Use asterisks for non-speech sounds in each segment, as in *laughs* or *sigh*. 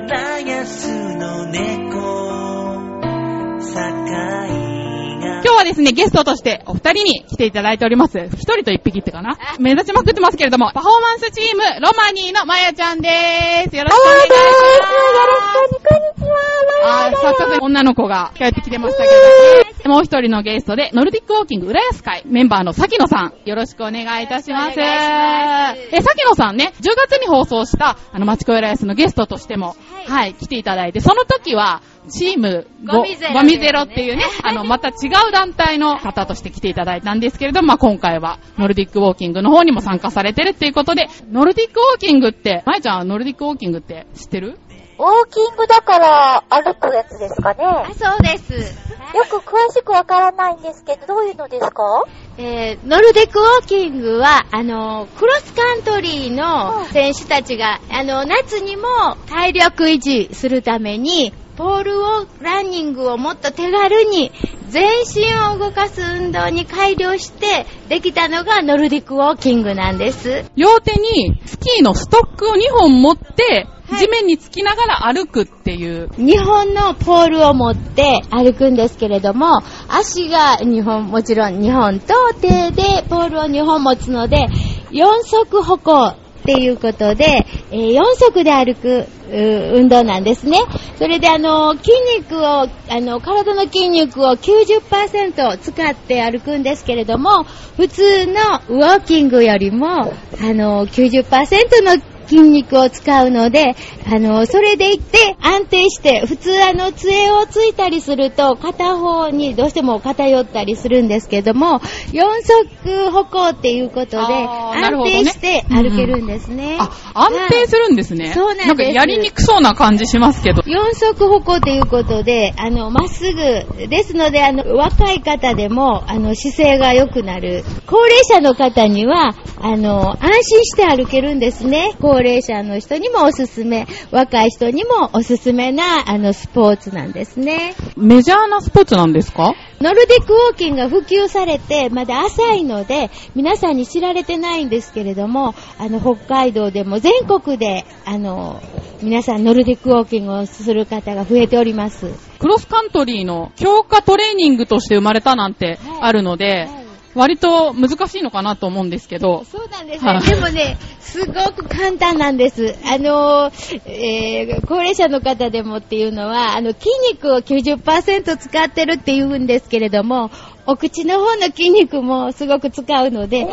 ガスの猫、堺が今日はですね、ゲストとしてお二人に来ていただいております。一人と一匹ってかな目立ちまくってますけれども、パフォーマンスチーム、ロマニーのまやちゃんでーす。よろしくお願いします。あー、早速女の子が帰ってきてましたけど、もう一人のゲストで、ノルディックウォーキング浦安会メンバーの崎野さん、よろしくお願いいたします。よろしくお願いしますえ、崎野さんね、10月に放送した、あの、町子浦安のゲストとしても、はい、来ていただいて、その時は、チームゴミゼロゴミゼロっていうね、あの、また違う団体の方として来ていただいたんですけれども、まあ、今回は、ノルディックウォーキングの方にも参加されてるっていうことで、ノルディックウォーキングって、まやちゃん、ノルディックウォーキングって知ってるウォーキングだから歩くやつですかね。あ、そうです。よく詳しくわからないんですけど、どういうのですかえー、ノルディックウォーキングは、あのー、クロスカントリーの選手たちが、あのー、夏にも体力維持するために、ポールを、ランニングをもっと手軽に、全身を動かす運動に改良して、できたのがノルディックウォーキングなんです。両手にスキーのストックを2本持って、はい地面につきながら歩くっていう。日本のポールを持って歩くんですけれども、足が2本、もちろん2本と手でポールを2本持つので、4足歩行っていうことで、え4足で歩くう運動なんですね。それであの、筋肉を、あの、体の筋肉を90%使って歩くんですけれども、普通のウォーキングよりも、あの、90%の筋肉を使うので、あの、それでいって安定して、普通あの、杖をついたりすると、片方にどうしても偏ったりするんですけども、4足歩行っていうことで、あーなるほ安どね定して歩けるんですね。あ、安定するんですね。はいそうなんですなんかやりにくそうな感じしますけど。四足歩行ということで、あの、まっすぐ、ですので、あの、若い方でも、あの、姿勢が良くなる。高齢者の方には、あの、安心して歩けるんですね。高齢者の人にもおすすめ、若い人にもおすすめな、あの、スポーツなんですね。メジャーなスポーツなんですかノルディックウォーキングが普及されて、まだ浅いので、皆さんに知られてないんですけれども、あの、北海道でも全国で、あの、皆さんノルディックウォーキングをする方が増えております。クロスカントリーの強化トレーニングとして生まれたなんてはいあるので、割と難しいのかなと思うんですけど、そうなんですはねい。でもね、すごく簡単なんです。あのー、えー高齢者の方でもっていうのは、あの、筋肉を90%使ってるっていうんですけれども、お口の方の筋肉もすごく使うので、100%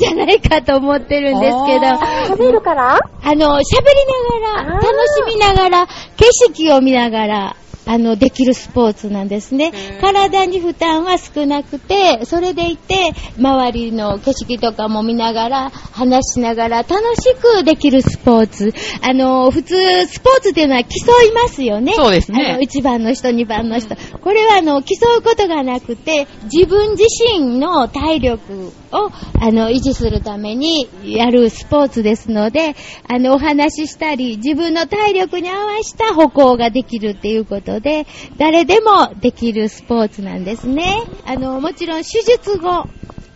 じゃないかと思ってるんですけど、あ食べるからあの、喋りながら、あー楽しみながら、景色を見ながら、あの、できるスポーツなんですねへー。体に負担は少なくて、それでいて、周りの景色とかも見ながら、話しながら、楽しくできるスポーツ。あの、普通、スポーツっていうのは競いますよね。そうですねあの1番の人、2番の人。これは、あの、競うことがなくて、自分自身の体力を、あの、維持するためにやるスポーツですので、あの、お話ししたり、自分の体力に合わせた歩行ができるっていうことで、誰でもできるスポーツなんですね。あの、もちろん手術後、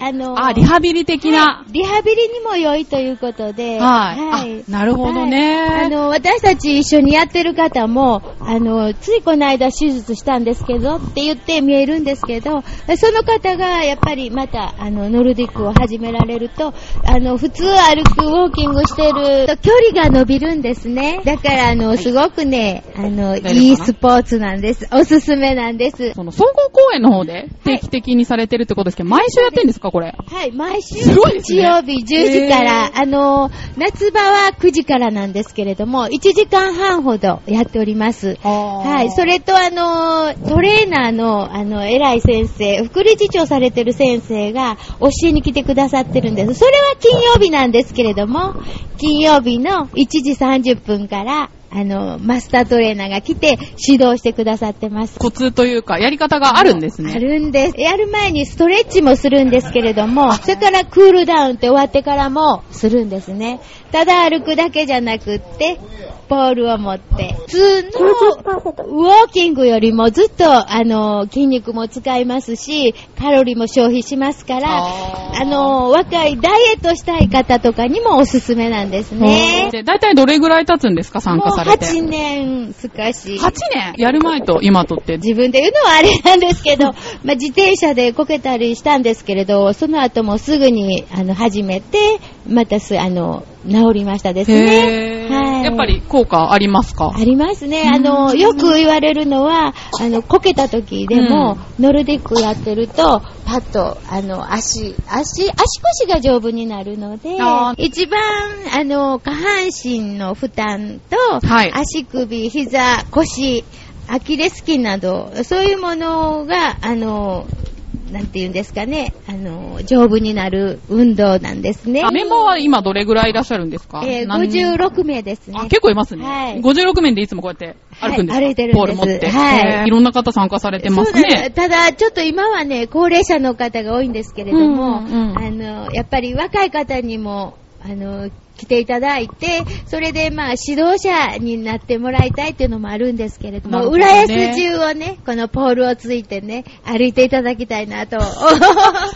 あの、あ、リハビリ的な。リハビリにも良いということで、はいあなるほどねはいあの、私たち一緒にやってる方も、あの、ついこの間手術したんですけどって言って見えるんですけど、その方がやっぱりまた、あの、ノルディックを始められると、あの、普通歩く、ウォーキングしてると距離が伸びるんですね。だから、あの、すごくね、あの、丈夫かないいスポーツなんです。おすすめなんです。その総合公演の方で定期的にされてるってことですけど、毎週やってんですか、これ。はい、毎週すごいです日ね曜日10時から、あのー、夏場は9時からなんですけれども、1時間半ほどやっております。ははい、それとあのー、トレーナーの、あの、偉い先生、副理事長されてる先生が教えに来てくださってるんです。それは金曜日なんですけれども、金曜日の1時30分から、あの、マスタートレーナーが来て指導してくださってます。コツというか、やり方があるんですあね。るんです。やる前にストレッチもするんですけれども、それからクールダウンって終わってからもするんですね。ただ歩くだけじゃなくって、ポールを持って、普通のウォーキングよりもずっと、あの、筋肉も使いますし、カロリーも消費しますから、あーあの、若いダイエットしたい方とかにもおすすめなんですね。で、大体どれぐらい経つんですか、参加されて。 8年すかし。 8年やる前と今とって、自分で言うのはあれなんで *laughs* すけど、まあ、自転車でこけたりしたんですけれど、その後もすぐにあの始めて、またすあの治りましたですね。はい、やっぱり効果ありますかありますね。あの、よく言われるのは、あの、こけた時でも、ノルディックやってると、パッと、あの、足、足、足腰が丈夫になるのであ、一番、あの、下半身の負担と、はい足首、膝、腰、アキレス腱など、そういうものが、あの、なんて言うんですかね、あの、丈夫になる運動なんですね。あメンバーは今どれぐらいいらっしゃるんですかえー何人56名ですね。あ、結構いますね。はい56面でいつもこうやって歩くんですか、はい歩いてるんですボール持って。はいえーいろんな方参加されてますそうなんですね。ただ、ちょっと今はね、高齢者の方が多いんですけれどうも、んうんうんあの、やっぱり若い方にも、あの、来ていただいて、それでまあ、指導者になってもらいたいっていうのもあるんですけれどなも、るほどね浦安中をね、このポールをついてね、歩いていただきたいなと。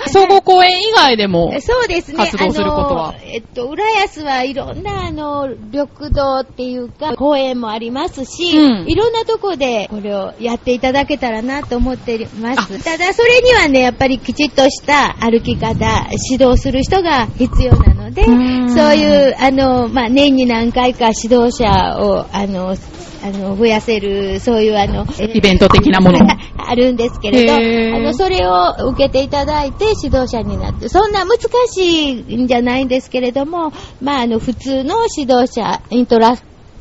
総合公演以外でも。そうですね。活動することはあのえっと、浦安はいろんな、あの、緑道っていうか、公園もありますし、うんいろんなとこでこれをやっていただけたらなと思っています。ただ、それにはね、やっぱりきちっとした歩き方、指導する人が必要なので、うんそういう、あの、まあ、年に何回か指導者を、あの、あの、増やせる、そういうあの、イベント的なもの *laughs* あるんですけれど、へーあの、それを受けていただいて指導者になって、そんな難しいんじゃないんですけれども、まあ、あの、普通の指導者、イントラ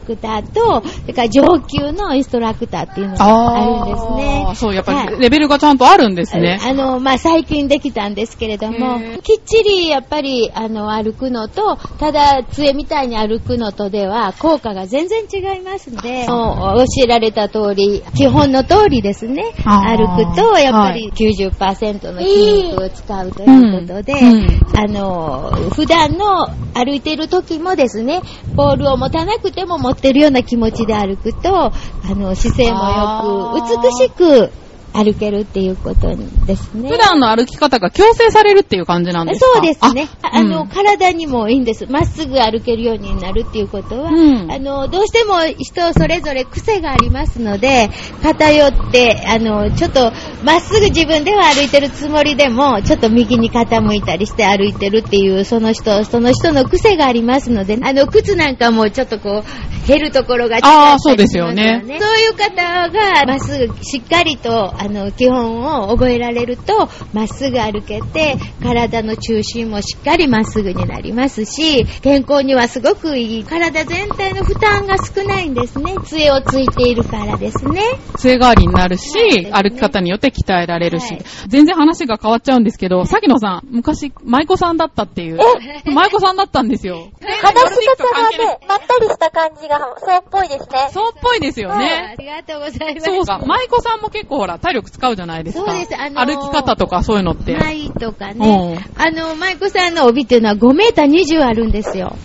クターと、それから上級のインストラクターっていうのがあるんですね。ーそう、やっぱはいりレベルがちゃんとあるんですね。あの、まあ、最近できたんですけれどもへー、きっちりやっぱり、あの、歩くのと、ただ、杖みたいに歩くのとでは、効果が全然違いますので、もう教えられた通り、基本の通りですね、あー歩くと、やっぱはり90%の筋肉を使うということで、うんうんあの、普段の歩いてる時もですね、ボールを持たなくても持ってるような気持ちで歩くと、あの、姿勢あもよーく、美しく歩けるっていうことですね。普段の歩き方が強制されるっていう感じなんですかそうですね。ああの、うん体にもいいんです。まっすぐ歩けるようになるっていうことは、うんあの、どうしても人それぞれ癖がありますので、偏って、あの、ちょっと、まっすぐ自分では歩いてるつもりでも、ちょっと右に傾いたりして歩いてるっていう、その人、その人の癖がありますので、あの、靴なんかもちょっとこう、減るところが違ったりあーそうですよねしますそういう方が、まっすぐしっかりと、あの、基本を覚えられると、まっすぐ歩けて、体の中心もしっかりまっすぐになりますし、健康にはすごくいい。体全体の負担が少ないんですね。杖をついているからですね。杖代わりになるし、そうですね歩き方によって鍛えられるし、はい全然話が変わっちゃうんですけど、さきのさん、昔、舞妓さんだったっていう。舞妓さんだったんです *laughs* よ。私とちょうど、まったりした感じが、そうっぽいですね。そうっぽいですよあね。りがとうございます。そうか。舞妓さんも結構ほら、体力使うじゃないですか。そうですあのー歩き方とかそういうのって。舞とかね、あの、舞子さんの帯っていうのは5メーター20あるんですよ。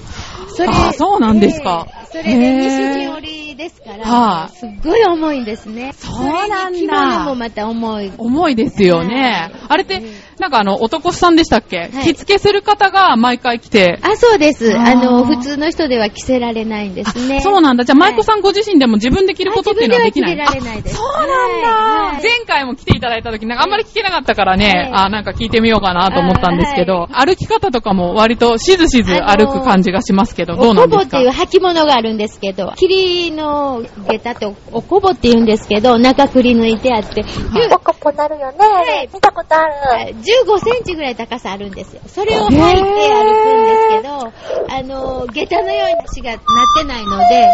そあーそうなんですかええそれでへー西陣織ですから、はいすっごい重いんですね。そうなんだそれに着物もまた重い。重いですよね。あれって、なんかあの、男さんでしたっけ、はい着付けする方が毎回来て。あ、そうです。あーあの、普通の人では着せられないんであすね。そうなんだ。じゃあ、はい舞妓さんご自身でも自分で着ることっていうのはできない。あ自分では着れられないですあそうなんだ、はい前回も来ていただいた時、なんかあんまり聞けなかったからね、はいあ、なんか聞いてみようかなと思ったんですけど、歩き方とかも割としずしず歩く感じがしますけど、どうなおこんでぼすってかいう履物があるんですけど、霧の下駄とおこぼって言うんですけど、中くり抜いてあって、はいポコポなるよね、あはいれ。見たことある。 15センチぐらい高さあるんですよ。それを履いて歩くんですけど、あの、下駄のように足がなってないので、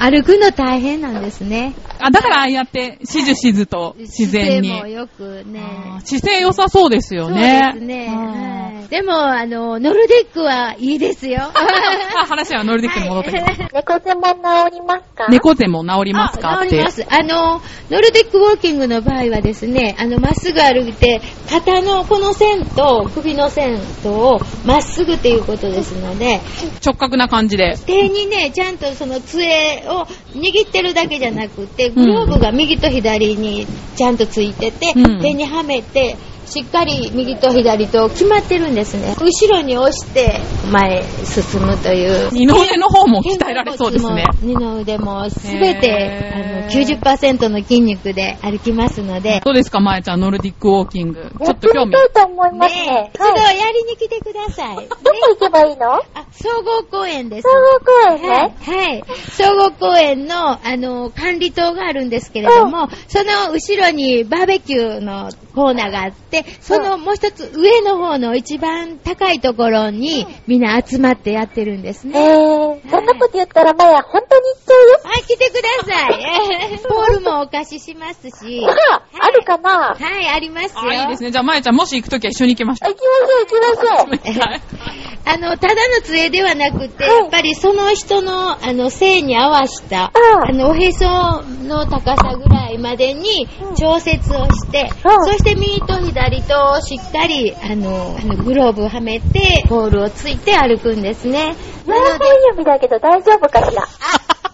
歩くの大変なんですね。あ、だからああやって、しずしずと自然に。姿勢もよくね。あー姿勢良さそうですよそうね。ですね。あーはいでも、あの、ノルディックはいいですよ。あ話はノ *laughs* ルディックに戻ってきます。猫背も治りますか猫背も治りますかあっ治りてま。す。あの、ノルディックウォーキングの場合はですね、あの、まっすぐ歩いて、肩のこの線と首の線とをまっすぐっていうことですので、直角な感じで。手にね、ちゃんとその杖を握ってるだけじゃなくて、グローブが右と左にちゃんとついてて、うん手にはめて、しっかり右と左と決まってるんですね。後ろに押して前へ進むという。二の腕の方も鍛えられそうですね。二の腕もすべてへーあの90%の筋肉で歩きますので、どうですか、まえちゃん、ノルディックウォーキング。ちょやっっとて興み味た。いと思いますねね。え、それをはい。やりに来てください。ねどこ行けばいいのあ、総合公園です総。合公園はいね。、はい。総合公園の、あの、管理棟があるんですけれども、その後ろにバーベキューのコーナーがあって、そのもう一つ上の方の一番高いところに、みんな集まってやってるんですね。ねえ、そんなこと言ったら、まや、本当に行っちゃうよ。はい、来てくださ *laughs* い。ポールもお貸ししますし、さあ、あるかなあはい、ありますよ。あ、いいですね。じゃあ、まえちゃん、もし行くときは一緒に行きましょ行きましょう、行きましょう。う。はい *laughs* あの、ただの杖ではなくて、はいやっぱりその人の、あの、性に合わした、うんあの、おへその高さぐらいまでにうん調節をして、うそんして右と左とをしっかり、あの、あのグローブをはめて、ボールをついて歩くんですね。なの7で、本指だけど大丈夫かしら。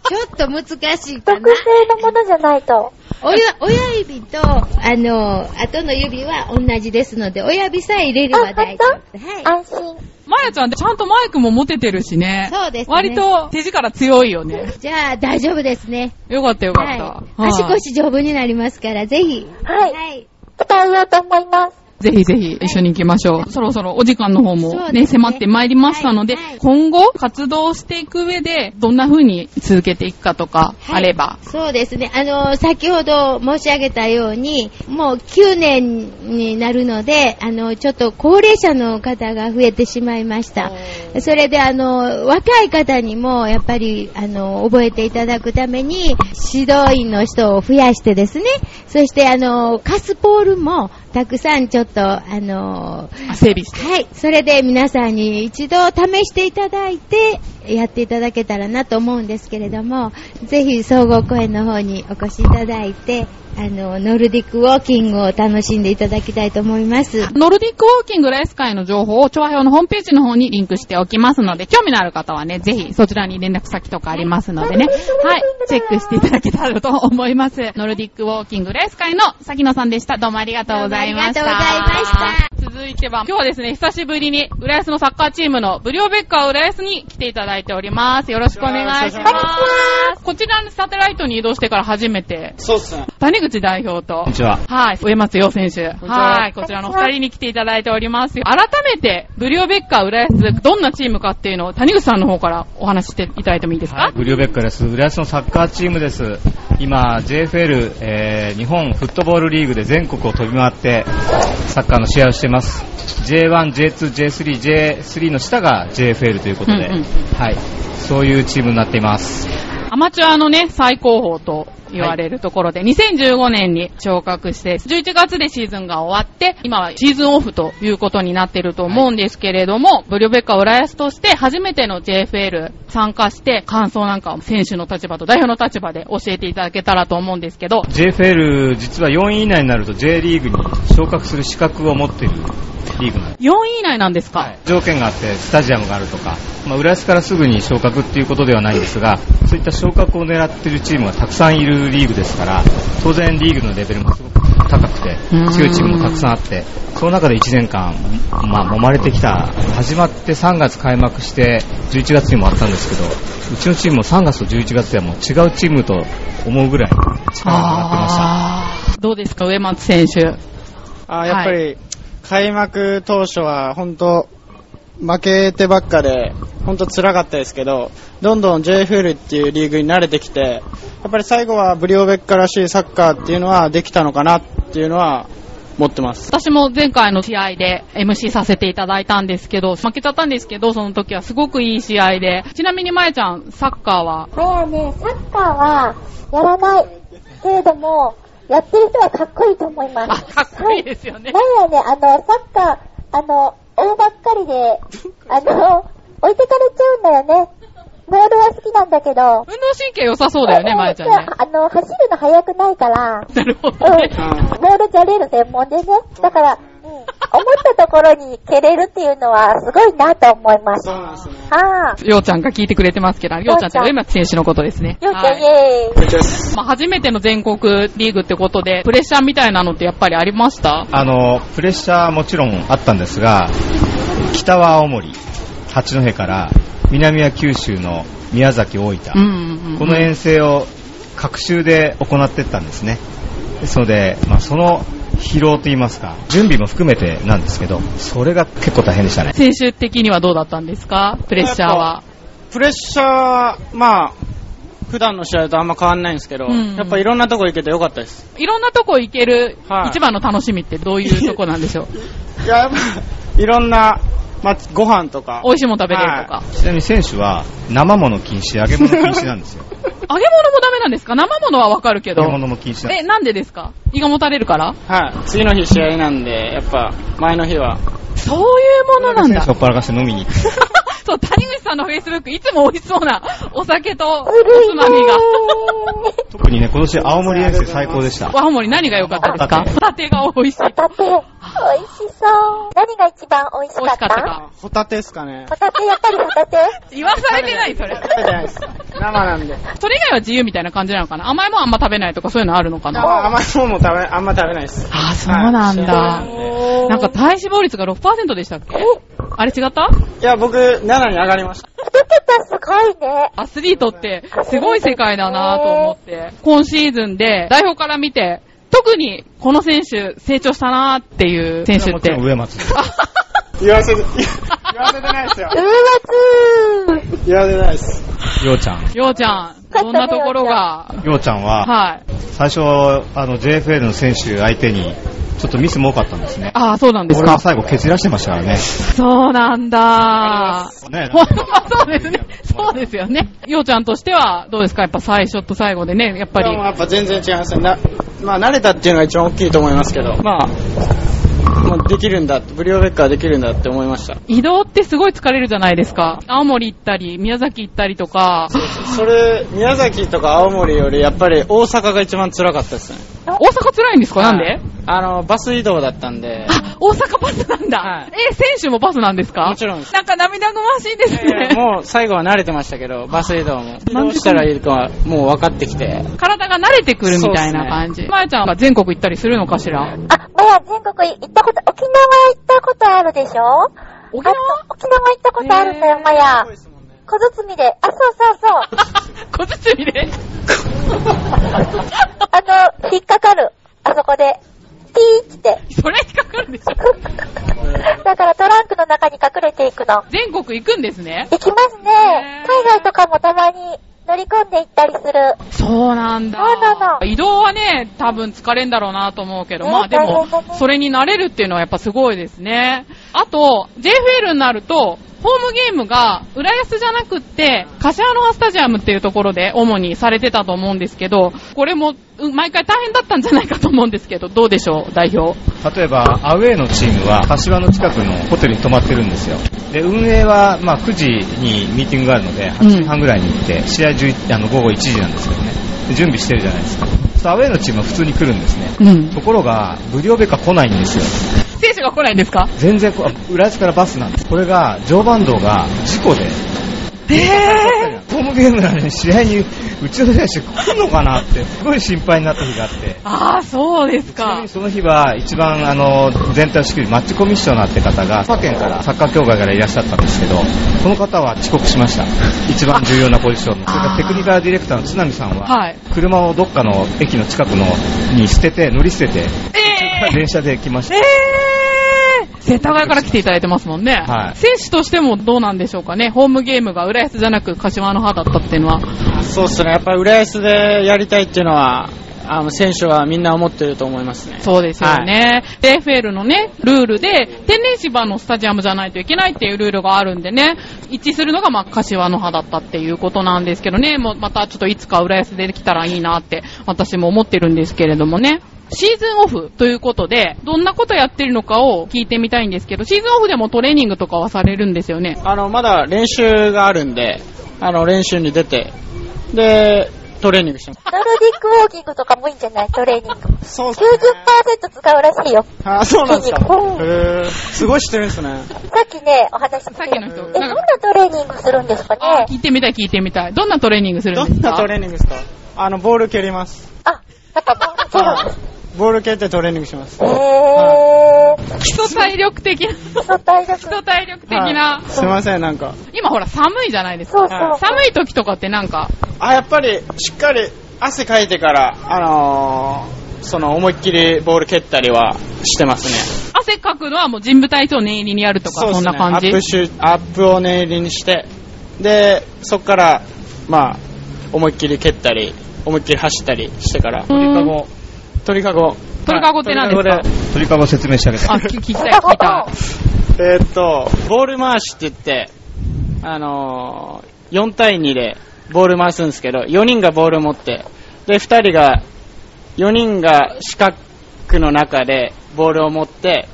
ちょっと難しいか特な。製のものじゃないと。親親指と、あの、後の指は同じですので、親指さえ入れればあ、大本丈夫。当安心。まやちゃん、ちゃんとマイクも持ててるしね。そうですね割と手力強いよね。じゃあ、大丈夫ですね。よかったよかった。はい。足はい腰丈夫になりますから、ぜひ。はい。はい。伝えようと思います。ぜひぜひ一緒に行きましょう。そろそろお時間の方そうもですね、ね迫ってまいりましたので、はいはい今後活動していく上で、どんな風に続けていくかとか、はいあれば。そうですね。あの、先ほど申し上げたように、もう9年になるので、あの、ちょっと高齢者の方が増えてしまいました。それで、あの、若い方にも、やっぱり、あの、覚えていただくために、指導員の人を増やしてですね、そして、あの、カスポールも、たくさんちょっと、あの、あ整備して。はい。それで皆さんに一度試していただいて、やっていただけたらなと思うんですけれども、ぜひ総合公園の方にお越しいただいて、あの、ノルディックウォーキングを楽しんでいただきたいと思います。はノルディックウォーキングレース会の情報を、調和表のホームページの方にリンクしておきますので、興味のある方はね、ぜひそちらに連絡先とかありますので *laughs* ね、はい、チェックしていただけたらと思います。ノルディックウォーキングレース会の崎野さんでした。どうもありがとうございました。どうもありがとうございました。続いては、今日はですね、久しぶりに、浦安のサッカーチームのブリオベッカー浦安に来ていただいております。よろしくお願いしよろしくおます。こちらのサテライトに移動してから初めて、そうっすね。谷口代表とこん、にちは。はい、上松洋選手。んにちははい、こちらのお二人に来ていただいております。改めて、ブリオベッカー浦安、どんなチームかっていうのを谷口さんの方からお話ししていただいてもいいですか、はい、ブリオベッカです。浦安のサッカーチームです。今、JFL、えー日本フットボールリーグで全国を飛び回って、サッカーの試合をしてます。J1、J2、J3、J3 の下が JFL ということで、うんうんはい、そういうチームになっています。アマチュアのね、最高峰と言われるところで、2015年に昇格して、11月でシーズンが終わって、今はシーズンオフということになってると思うんですけれども、ブリュベッカ浦安として初めての JFL 参加して、感想なんかを選手の立場と代表の立場で教えていただけたらと思うんですけど、 JFL、実は4位以内になると J リーグに昇格する資格を持っているリーグなんです。 4位以内なんですか、条件があって、スタジアムがあるとか、まあ、浦安からすぐに昇格っていうことではないんですが、そういった昇格を狙っているチームがたくさんいるリーグですから、当然リーグのレベルもすごく高くてうん、強いチームもたくさんあって、その中で1年間、まあ、揉まれてきた、始まって3月開幕して、11月にもあったんですけど、うちのチームも3月と11月ではもう違うチームと思うぐらい力が上がってました。あーどうですか、上松選手。あやっぱり、開幕当初は本当負けてばっかで本当辛かったですけどどんどん JFL っていうリーグに慣れてきてやっぱり最後はブリオベッカらしいサッカーっていうのはできたのかなっていうのは持ってます。私も前回の試合で MC させていただいたんですけど、負けちゃったんですけど、その時はすごくいい試合で。ちなみにまえちゃん、サッカーはまやね、サッカーはやらない。けれども、やってる人はかっこいいと思いまあ、す。かっこいいですよね。まやね、あの、サッカー、あの、追うばっか *laughs* りで、あの、置いてかれちゃうんだよね。ボールは好きなんだけ運動ど。神経良さそうだよね、まえちゃんね。あの、走るの速くないから、なるほどうんね。あーボールじゃれる専門でね。だから、うん、思ったところに蹴れるっていうのはすごいなと思います。そうはなんですね。あ。ようちゃんが聞いてくれてますけど、ようちゃんってようちゃん今選手のことですね。ようちゃはん、いイェーイ。まあ、初めての全国リーグってことで、プレッシャーみたいなのってやっぱりありましたあの、プレッシャーもちろんあったんですが、北は青森、八戸から、南は九州の宮崎、大分、うんうんうん。この遠征を各週で行っていったんですね。ですので、まあ、その疲労といいますか、準備も含めてなんですけど、それが結構大変でしたね。選手的にはどうだったんですかプレッシャーは。プレッシャーは、まあ、普段の試合とあんま変わんないんですけど、うんやっぱいろんなとこ行けてよかったです。いろんなとこ行けるはい一番の楽しみってどういうとこなんで *laughs* しょういや、やっぱ、いろんな、まあ、ご飯とか美、味しいもん食べれるとか。ちなみに選手は生もの禁止、揚げ物禁止なんですよ。揚げ物もダメなんですか生物はわかる *laughs* けど揚げ。物も禁止なんでえ、なんでですか胃がもたれるからはい、次の日試合なんで、やっぱ、前の日は、そういうものなんす。選だ手。をっぱらかして飲みに行って。そう、谷口さんのフェイスブック、いつも美味しそう *laughs* なお酒とおつまみが。特にね、今年青森遠征最高でした。青森何が良かったですかホタテホタテが美味しい。ホタテ、美味しそう。何が一番美味し美味しかっかったたか。あホタテですかね。ホタテ、やっぱりホタテ言わされてない、それ。食べてないです。生なんで。それ以外は自由みたいな感じなのかな甘いもんあんま食べないとかそういうのあるのかまなあ甘いもんも食べ、あんま食べないです。ああ、そうなんだはい。なんか体脂肪率が6%でしたっけあれ違ったいや、僕、7に上がりました。一桁すごいね。アスリートってすごい世界だなと思って、今シーズンで代表から見て、特にこの選手成長したなっていう選手もっちて。ろん上松です。言わせて、言わせてないですよ。うーわつー。言わせてないです。ようちゃん。 *laughs* ようちゃん、どんなところが、ようちゃんは、はい。最初、あの、JFL の選手相手に、ちょっとミスも多かったんですね。ああ、そうなんです俺はか。最後蹴散らしてましたからね。そうなんだ。ねほんま *laughs* そうですね。そうですよね。ようちゃんとしては、どうですかやっぱ最初と最後でね、やっぱいやりもう。やっぱ全然違いますね。なまあ、慣れたっていうのが一番大きいと思いますけど、まあ、もうできるんだって、ブリオベッカーできるんだって思いました。移動ってすごい疲れるじゃないですか。青森行ったり、宮崎行ったりとか、それ、宮崎とか青森より、やっぱり大阪が一番辛かったですね。大阪辛いんですかなんはいであの、バス移動だったんで、あ、大阪バスなんはだい。え、選手もバスなんですかもちろんですなんか涙ぐましいですいやいやね。 *laughs* もう最後は慣れてましたけど、バス移動も。 *laughs* どうしたらいいか、もう分かってきて。体が慣れてくるみたいな感じ。まやちゃんが全国行ったりするのかし *laughs* らあ、まや全国行ったこと、沖縄行ったことあるでしょ沖縄あ沖縄行ったことあるんだよ、まや。小包で、あ、そうそうそ小う。包であの、引っかかる。あそこで。ピーって。それ引っかかるでしょ。だからトランクの中に隠れていくの。全国行くんですね。行きますね。ねえ海外とかもたまに乗り込んで行ったりする。そうなんだ。そうなの移動はね、多分疲れんだろうなと思うけど、ねまあでも大変だね、それに慣れるっていうのはやっぱすごいですね。あと、JFL になると、ホームゲームが、浦安じゃなくって、柏の葉スタジアムっていうところで主にされてたと思うんですけど、これも、うん毎回大変だったんじゃないかと思うんですけど、どうでしょう、代表。例えば、アウェーのチームは、柏の近くのホテルに泊まってるんですよ。で、運営は、まあ、9時にミーティングがあるので、8時半ぐらいに行って、試合11あの午後1時なんですけどね。で準備してるじゃないですか。そうアウェーのチームは普通に来るんですね。うんところが、ブリオベカ来ないんですよ。選手が来ないんですか全然こ、裏地からバスなんです。これが、常磐道が事故で、えホームゲームなのに試合に、うちの選手来るのかなって、すごい心配になった日があって。ああ、そうですちなみかに。その日は一番あの全体を仕切るマッチコミッショナーって方が他県からサッカー協会からいらっしゃったんですけどその方は遅刻しました一番重要なポジションのそれからテクニカルディレクターの津波さんは、はい。車をどっかの駅の近くのに捨てて乗り捨ててええ電車で来ましたえー、世田谷から来ていただいてますもんね。はい選手としてもどうなんでしょうかね。ホームゲームが浦安じゃなく柏の葉だったっていうのは。そうっすね、やっぱり浦安でやりたいっていうのは、あの選手はみんな思ってると思いますね。そうですよね。JFL のね、ルールで、天然芝のスタジアムじゃないといけないっていうルールがあるんでね、一致するのが、まあ、柏の葉だったっていうことなんですけどね、もうまたちょっといつか浦安できたらいいなって、私も思ってるんですけれどもね。シーズンオフということで、どんなことやってるのかを聞いてみたいんですけど、シーズンオフでもトレーニングとかはされるんですよね。あの、まだ練習があるんで、あの、練習に出て、で、トレーニングしてまノルディックウォーキングとかもいいんじゃないトレーニング。す。そうっすね。 90%使うらしいよ。あー、 *laughs* そうなんですか。うんへー、すごいしてるんですね。さっきね、お話ししてさっきの人え、どんなトレーニングするんですかあね聞いてみたい聞いてみたい。どんなトレーニングするどんでんすかなトレーニングですかあの、ボール蹴ります。あ、やっぱボール蹴るんです。ボール蹴ってトレーニングします。えー、基礎体力的な、基礎体力。基礎体力的なはい。すいません、なんか。今ほら寒いじゃないですか。そうそう。寒い時とかってなんか、あ、やっぱり、しっかり汗かいてから、あのー、その、思いっきりボール蹴ったりはしてますね。汗かくのはもう人部体操を念入りにやるとか、うそですんねな感じアップシュアップを念入りにして、で、そこから、まあ、思いっきり蹴ったり、思いっきり走ったりしてかうら、鳥かんご、鳥かご。鳥かごって何ですか鳥かご説明してあげて。あ、聞聞きたい聞きたい。えーっと、ボール回しって言って、あのー、4対2でボール回すんですけど、4人がボール持って、で、2人が、4人が四角の中でボールを持って、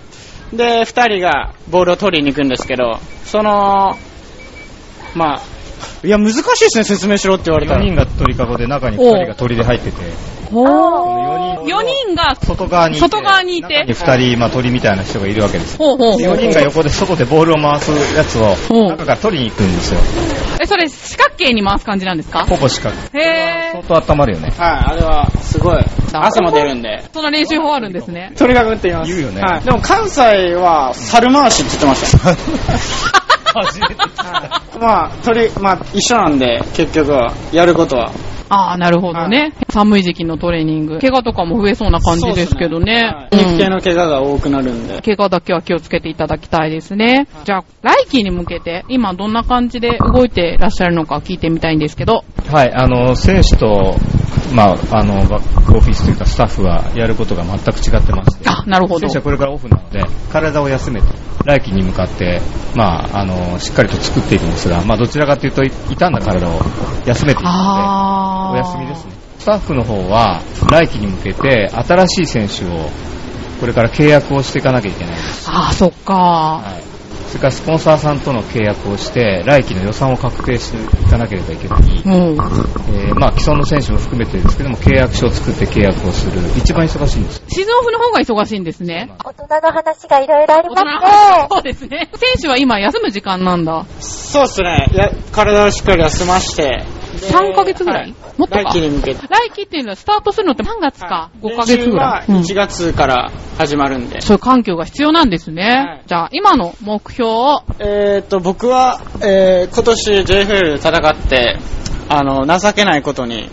で、2人がボールを取りに行くんですけど、その、まあ、いや、難しいですね、説明しろって言われた4ら人。が鳥かごで中に2人が鳥で入ってて、ほ4 4人が、外側にいて、外側にいて中2人、まあ、鳥みたいな人がいるわけです。ほうほうほ4う。人が横で外でボールを回すやつをうん中から取りに行くんですよ。え、それ四角形に回す感じなんですかほぼしかへぇー。相当温まる *laughs* よね。はい、あれは、すごい。汗も出るんで。その練習法あるんですね。 *laughs* 鳥かごって言います。言うよねはい。でも関西は、猿回しって言ってました。初めて聞いたまあ、鳥、まあ、一緒なんで、結局は、やることは。ああ、なるほどね。寒い時期のトレーニング。怪我とかも増えそうな感じですけどね。そうですうんねはい日系の怪我が多くなるんで。怪我だけは気をつけていただきたいですね。じゃあ、来季に向けて、今どんな感じで動いてらっしゃるのか聞いてみたいんですけど。はい、あの、選手と、まあ、あの、バックオフィスというかスタッフはやることが全く違ってまして。あ、なるほど選手。はこれからオフなので、体を休めて、来季に向かって、まあ、あの、しっかりと作っていくんですが、まあ、どちらかというと、い傷んだ体を休めていくので、ああ。お休みですね。。スタッフの方は、来季に向けて、新しい選手を、これから契約をしていかなきゃいけないんです。ああ、そっか。はい、それからスポンサーさんとの契約をして、来季の予算を確定していかなければいけない、うん。えーまあ、既存の選手も含めてですけども、契約書を作って契約をする、一番忙しいんです。シーズンオフの方が忙しいんですね。大人の話がいろいろあり大人のますね。そうですね。選手は今休む時間なんだ。そうっすね。や、体をしっかり休まして。 3ヶ月ぐらいもっとか来季に向けて。来季っていうのはスタートするのって3月か、はい5ヶ月ぐらい。う練ん習は1月から始まるんで。そういう環境が必要なんですね。はいじゃあ、今の目標を、えーっと、僕は、えー、今年 JFL 戦って、あの、情けないことに、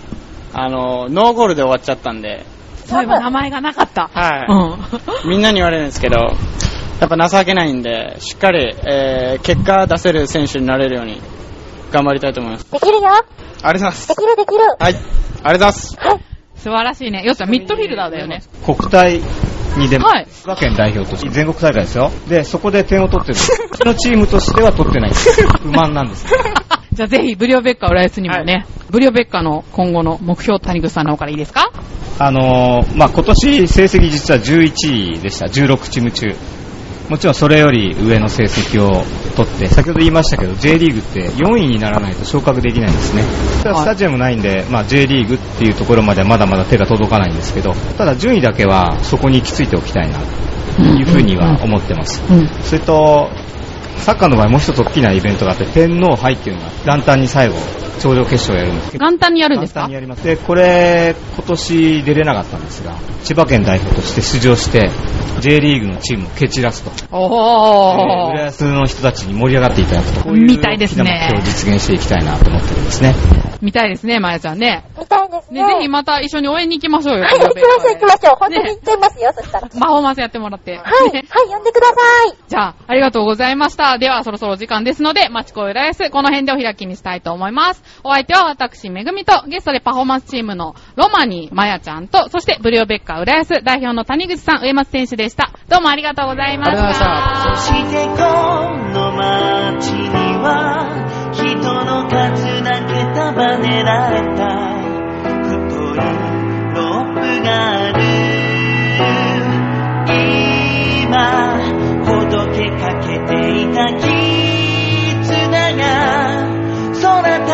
あの、ノーゴールで終わっちゃったんで、そういえば名前がなかった。はいみんなに言われるんですけど、やっぱ情けないんで、しっかり、えー、結果出せる選手になれるように、頑張りたいと思います。できるよ。ありがとうございます。できるできる。はい。ありがとうございます。うん。 *laughs* 素晴らしいね。よっちゃん、ミッドフィルダーだよね。国体に出ます。はい千葉県代表として、全国大会ですよ。で、そこで点を取 *laughs* ってる。うちのチームとしては取ってないんです。不満なんです。じゃあ、ぜひ、ブリオベッカ、浦安にもね、ブリオベッカの今後の目標、谷口さんの方からいいですかあのーまあ、今年成績実は11位でした、16チーム中。もちろんそれより上の成績を取って、先ほど言いましたけど、J リーグって4位にならないと昇格できないんですね。ただはいスタジアムないんで、まあ、J リーグっていうところまではまだまだ手が届かないんですけど、ただ順位だけはそこに行き着いておきたいな、というふうには思ってます。うん。それと、サッカーの場合もう一つ大きなイベントがあって、天皇杯っていうのが元旦に最後、頂上決勝をやるんですけど、元旦にやるんです簡単かにやります。で、これ、今年出れなかったんですが、千葉県代表として出場して、J リーグのチームを蹴散らすと。おえー浦ー。安の人たちに盛り上がっていただくと。こうみたいですね大きな目標を実現していきたいなと思ってるんですね。見たいですね、まやちゃんね。見たいですね。ね、ぜひまた一緒に応援に行きましょうよ。はい、行きましょう行きましょう。本当に行っちゃいますよ、そしたら。パフォーマンスやってもらって。はい、はねい、呼んでください。じゃあ、ありがとうございました。では、そろそろお時間ですので、町子浦安、この辺でお開きにしたいと思います。お相手は私、めぐみと、ゲストでパフォーマンスチームのロマニー、まやちゃんと、そして、ブリオベッカ浦安、代表の谷口さん、上松選手でした。どうもありがとうございました。ありがとうございましそたしてこの街には人の数だけ束ねられた太いロープがある今ほどけかけていた絆が空高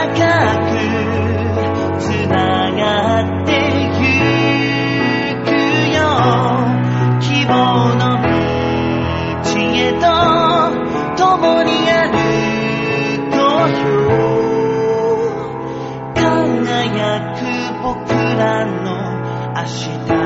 くつなってゆくよ希望の道へと共に歩こうよ輝く僕らの明日